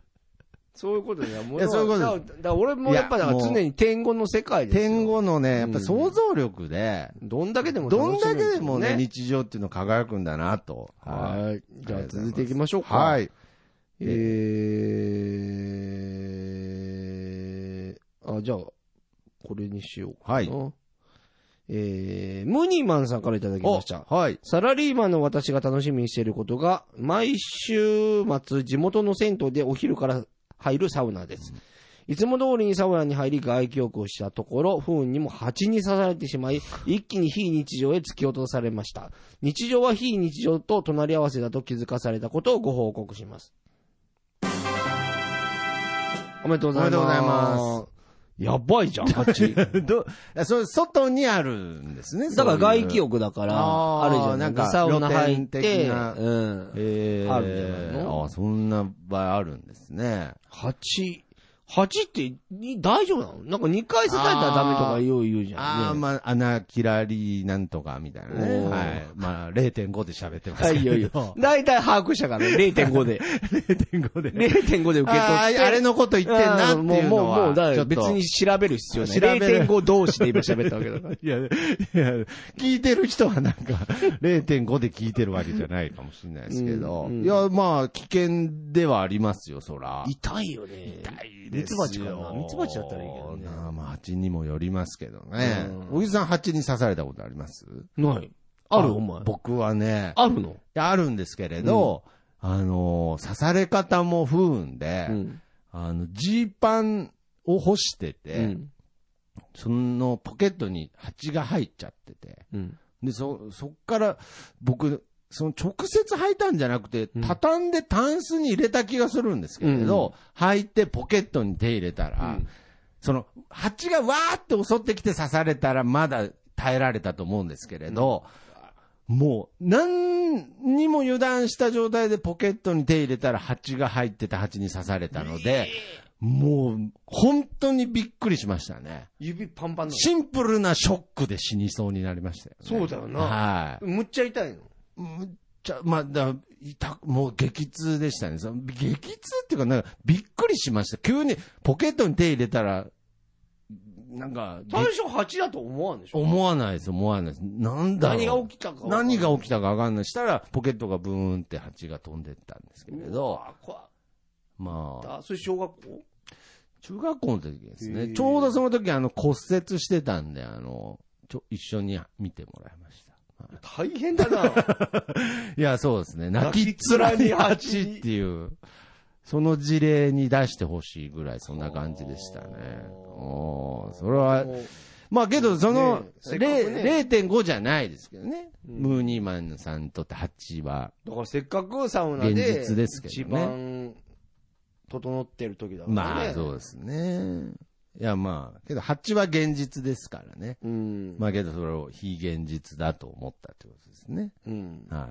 S1: そういうことだよ。も
S2: いやそういうこと
S1: だ
S2: で
S1: か
S2: す
S1: らだから俺もやっぱだから
S2: いやもう
S1: 常に天狗の世界ですよ。
S2: 天後のね、やっぱ
S1: うん
S2: 想像力で、
S1: どんだけでも楽し
S2: どんだ
S1: める
S2: けでもね、
S1: ね。
S2: 日常っていうの輝くんだなと。
S1: はい。じゃあ続いていきましょうか。
S2: は。い。
S1: えー、あ、じゃあ、これにしようかな。
S2: はい
S1: えー、ムニマンさんからいただきました。
S2: おはい。
S1: サラリーマンの私が楽しみにしていることが、毎週末、地元の銭湯でお昼から入るサウナです。いつも通りにサウナに入り外気浴をしたところ、不運にも蜂に刺されてしまい、一気に非日常へ突き落とされました。日常は非日常と隣り合わせだと気づかされたことをご報告します。おめでとうござ
S2: おめで
S1: います。。
S2: とうございます
S1: やばいじゃん、蜂。
S2: ど、それ外にあるんですね。
S1: だから外気
S2: 気を
S1: 浴だから、
S2: あー
S1: あるじゃん。なん
S2: なんか
S1: かサウナ入っ
S2: 露天
S1: て、
S2: 的な
S1: うん。
S2: えー、
S1: あるんじゃないの
S2: あそんな場合あるんですね。
S1: 蜂、蜂ってに大丈夫なのなんか2回刺されたらダメとか言う言うじ
S2: ああ、
S1: ゃんね。
S2: まあ、アナキラリなんとかみたいなね。
S1: おー
S2: はい。まあ、0.5で喋ってます
S1: は
S2: け
S1: い、い
S2: ど。
S1: よい よ。大体把握したから、0.5で。
S2: 0.5で。
S1: 0.5で受け取って。
S2: あーあれのこと言ってんなっていうのは。
S1: もう、もう、もう、だ
S2: ち
S1: か
S2: ょ
S1: ら
S2: っと
S1: 別に。調べる必要な
S2: 調
S1: い。
S2: べる
S1: 0.5同士で今喋ったわけだから。
S2: いや、いや、聞いてる人はなんか、0.5で聞いてるわけじゃないかもしれないですけど。
S1: うんうん
S2: いや、まあ、危険ではありますよ、そら。
S1: 痛いよね。痛いミツバチかな。ミツバチだったらいいけどね。
S2: なあまあ、蜂にもよりますけどね
S1: うん。
S2: 小木さん、蜂に刺されたことあります
S1: ない。あるお前。
S2: 僕はね、
S1: あるの
S2: いやあるんですけれど、あのー、刺され方も不運で、
S1: うん。
S2: あの、ジーパンを干して
S1: う
S2: て、
S1: ん。
S2: そのポケットに蜂が入っちゃってて、
S1: うん。
S2: で、そ、そっから僕、その直接履いたんじゃなくて
S1: う、ん
S2: 畳んでタンスに入れた気がするんですけれど、履いてポケットに手入れたら、その、蜂がわーって襲ってきて刺されたらまだ耐えられたと思うんですけれど、もう、何にも油断した状態でポケットに手入れたら蜂が入ってた蜂に刺されたので、もう、本当にびっくりしましたね。
S1: 指パンパンなの
S2: シンプルなショックで死にそうになりましたよね。
S1: そうだよな
S2: はい。
S1: むっちゃ痛いの。
S2: むっちゃ、まあ、だ痛くもう激痛でしたね。その激痛っていうか、なんか、びっくりしました。急にポケットに手入れたら、なんか、
S1: 最初蜂だと思わんでしょ
S2: 思わないです、思わないです。なんだろう
S1: 何が起きたか。
S2: 何が起きたかわかんない。したら、ポケットがブーンって蜂が飛んでったんですけれ
S1: う
S2: ど、
S1: わー怖
S2: まあ、
S1: あ、それ小学校
S2: 中学校の時です
S1: へ
S2: ね。
S1: ー
S2: ちょうどその時、あの、骨折してたんで、あの、ちょ、一緒に見てもらいました。
S1: 大変 だな。
S2: いや、そうですね。泣き
S1: 泣き
S2: 面
S1: 面
S2: に
S1: に
S2: 蜂
S1: 蜂
S2: っていう。その事例に出してほしいぐらい、そんな感じでしたね。おーそれは、まあけど、その
S1: ね、せっかくね
S2: れい0.5じゃないですけどね。
S1: うん
S2: ムーニーマンさんにとって8は。
S1: だからせっかくサウナで
S2: 現実ですけどね
S1: 一番整ってる時だからね。
S2: まあそうですね。いやまあ、けど8は現実ですからね。
S1: うん。
S2: まあけどそれを非現実だと思ったってことですね。
S1: うん。
S2: は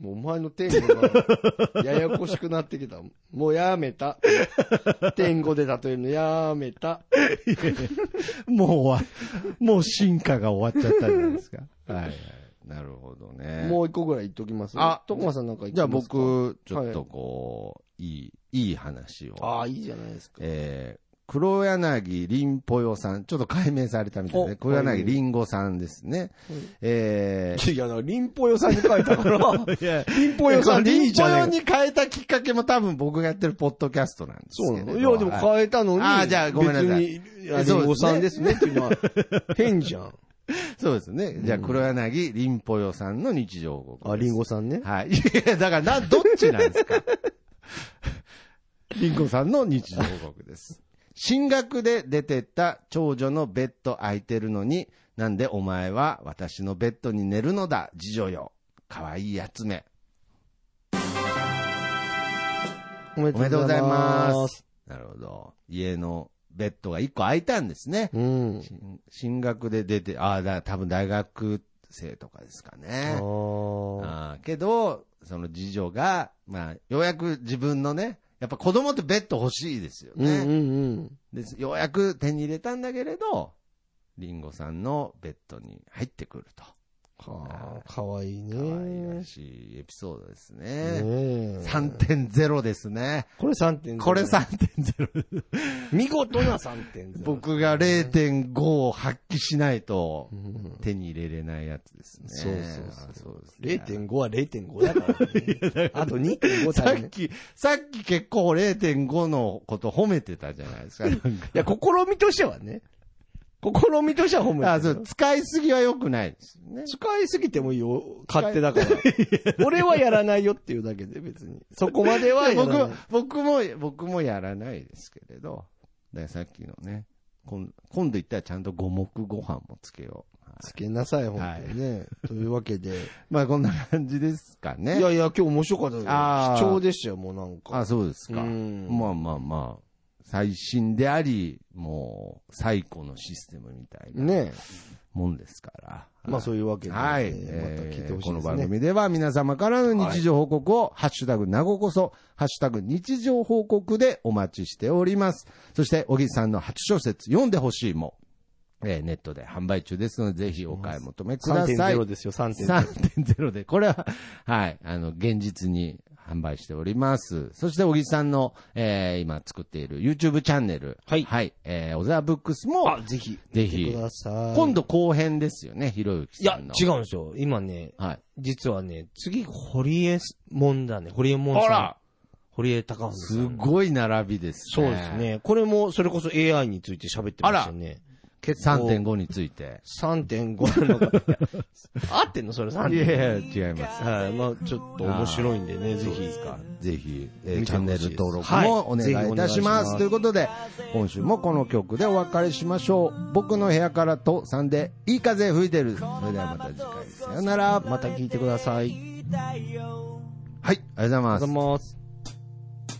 S1: もうお前の天語がややこしくなってきた。もうやめた。天語で例えるのやめた。
S2: い。もう終わ、もう進化が終わっちゃったじゃないですか。はいはい。なるほどね。
S1: もう一個ぐらい言っときます。
S2: あ
S1: 徳間さんなんか言っ
S2: じゃあ
S1: てますか。
S2: 僕、ちょっとこう、い、い、いい話を。
S1: ああ、いいじゃないですか。
S2: えー、黒柳りんぽよさん。ちょっと解明されたみたいで
S1: お
S2: すね。黒柳りんごさんですね。え
S1: いや、だから、リンポヨさんに書い たから、
S2: ー、いや、
S1: リンポヨさんでいいじゃない
S2: りんぽよに変えたきっかけも多分僕がやってるポッドキャストなんです
S1: そう
S2: けれ
S1: なの
S2: ど。
S1: いや、でも
S2: はい
S1: 変えたのに。
S2: あーじゃあごめんなさい
S1: 別にやリンゴさんですねっていうのは、変じゃん。
S2: そうですね。じゃあ黒柳りんぽよさんの日常報告。
S1: あ、リンゴさんね。
S2: はい。いや、だからな、どっちなんです かリンコさんの日常報告です。進学で出てった長女のベッド空いてるのに、なんでお前は私のベッドに寝るのだ、次女よ。可愛いやつめ。
S1: おめ。
S2: おめでとうございますす。なるほど。家のベッドが一個空いたんですね。
S1: うん。
S2: 進進学で出て、ああ、だ多分大学生とかですかね。
S1: ああ。
S2: あーけど、その次女が、まあ、ようやく自分のね、やっぱ子供ってベッド欲しいですよ
S1: うんう
S2: ね。
S1: ん
S2: ですようやく手に入れたんだけれど、リンゴさんのベッドに入ってくると。
S1: うん。はあ、かわいいね。
S2: 可愛らしいエピソードですね。
S1: ねえ
S2: 3.0ですね。
S1: これ3.0。
S2: これ。3.0。
S1: 見事な3.0。
S2: 僕が0.5を発揮しないと
S1: う、ん。
S2: 手に入れれないやつですね。
S1: そうそうそう
S2: あそうですね
S1: 0.5は0.5だからね。あと2.5
S2: さ
S1: だ
S2: っ
S1: ね。
S2: き、さっき結構0.5のこと褒めてたじゃないです か。なんか
S1: いや、試みとしてはね。試みとしては褒めてるよ
S2: あそう使いすぎは良くないですよね。
S1: 使いすぎてもいいよ。勝手だから。俺はやらないよっていうだけで別に。そこまではやら
S2: 僕
S1: ない。
S2: も、僕も、僕もやらないですけれど。だからさっきのね、今今度行ったらちゃんと五目ご飯もつけよう。はい
S1: つけなさい、本当にね。というわけで。
S2: まあこんな感じですか
S1: い
S2: ね。
S1: やいや、今日面白かったですよ
S2: あー
S1: 貴重でしたよ、もうなんか。
S2: あ、そうですか。
S1: うん
S2: まあまあまあ。最新であり、もう、最古のシステムみたいな
S1: ね
S2: もんですから。
S1: まあそういうわけで、
S2: はい。
S1: えーまた聞いてほし
S2: こ
S1: いで
S2: の
S1: す
S2: 番
S1: ね。
S2: 組では皆様からの日常報告を、ハッシュタグ、なごこそ、ハッシュタグ、日常報告でお待ちしております。そして、小木さんの初小説、読んでほしいも、えーネットで販売中ですので、ぜひお買い求めください。
S1: 3.0ですよ、3.0。
S2: 3.0で、これは、はい、あの、現実に販売しております。そして、小木さんの、えー今作っている YouTube チャンネル、
S1: はい
S2: はい、えー、小沢ブックスも、
S1: あ、ぜひ。
S2: ぜ
S1: 見て
S2: ひ
S1: く、ださい。
S2: 今度後編ですよね、ひろゆき
S1: い
S2: さ
S1: や
S2: んの。、
S1: 違うんですよ。今ね、
S2: はい。
S1: 実はね、次、堀江もんだね。堀江もん
S2: あ
S1: さん
S2: ら。
S1: 堀江貴文さん。
S2: すごい並びです
S1: そ
S2: ね。
S1: うです。ね。これも、それこそ AI について喋ってましたよね。結構。
S2: 3.5について。
S1: 3.5なのか。いや 合ってんのそれ
S2: いや
S1: 3.5。
S2: いや、違います。
S1: はい。まあちょっと面白いんでね、ぜひ。
S2: ぜひ、えー
S1: 見て
S2: チャ
S1: ほしい
S2: ン
S1: で
S2: ネ
S1: す
S2: ル登録もお願いいたします。
S1: はいぜひお願いします
S2: ということで、今週もこの曲でお別れしましょう。僕の部屋からと3で、いい風吹いてる。それではまた次回、さよなら。
S1: また聞いてください。
S2: はい、ありがとうござい
S1: あ
S2: ま
S1: りが
S2: す
S1: とう。ございます。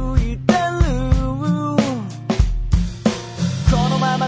S3: いてるこのまま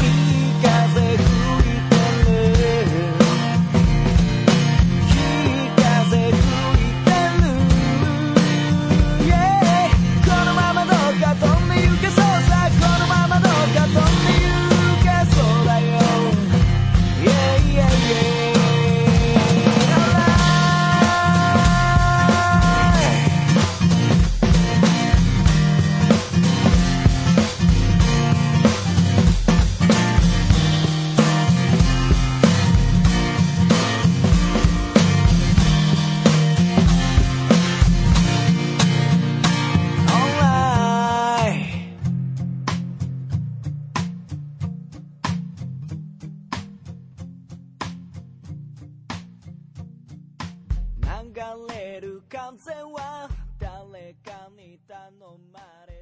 S3: いい風吹いてるいい風吹いてる Yeah このままどうか飛んで行けそうさこのままどうか飛んで行けそうだよ Yeah, yeah, yeah. Alright. 流れる風は誰かに頼まれ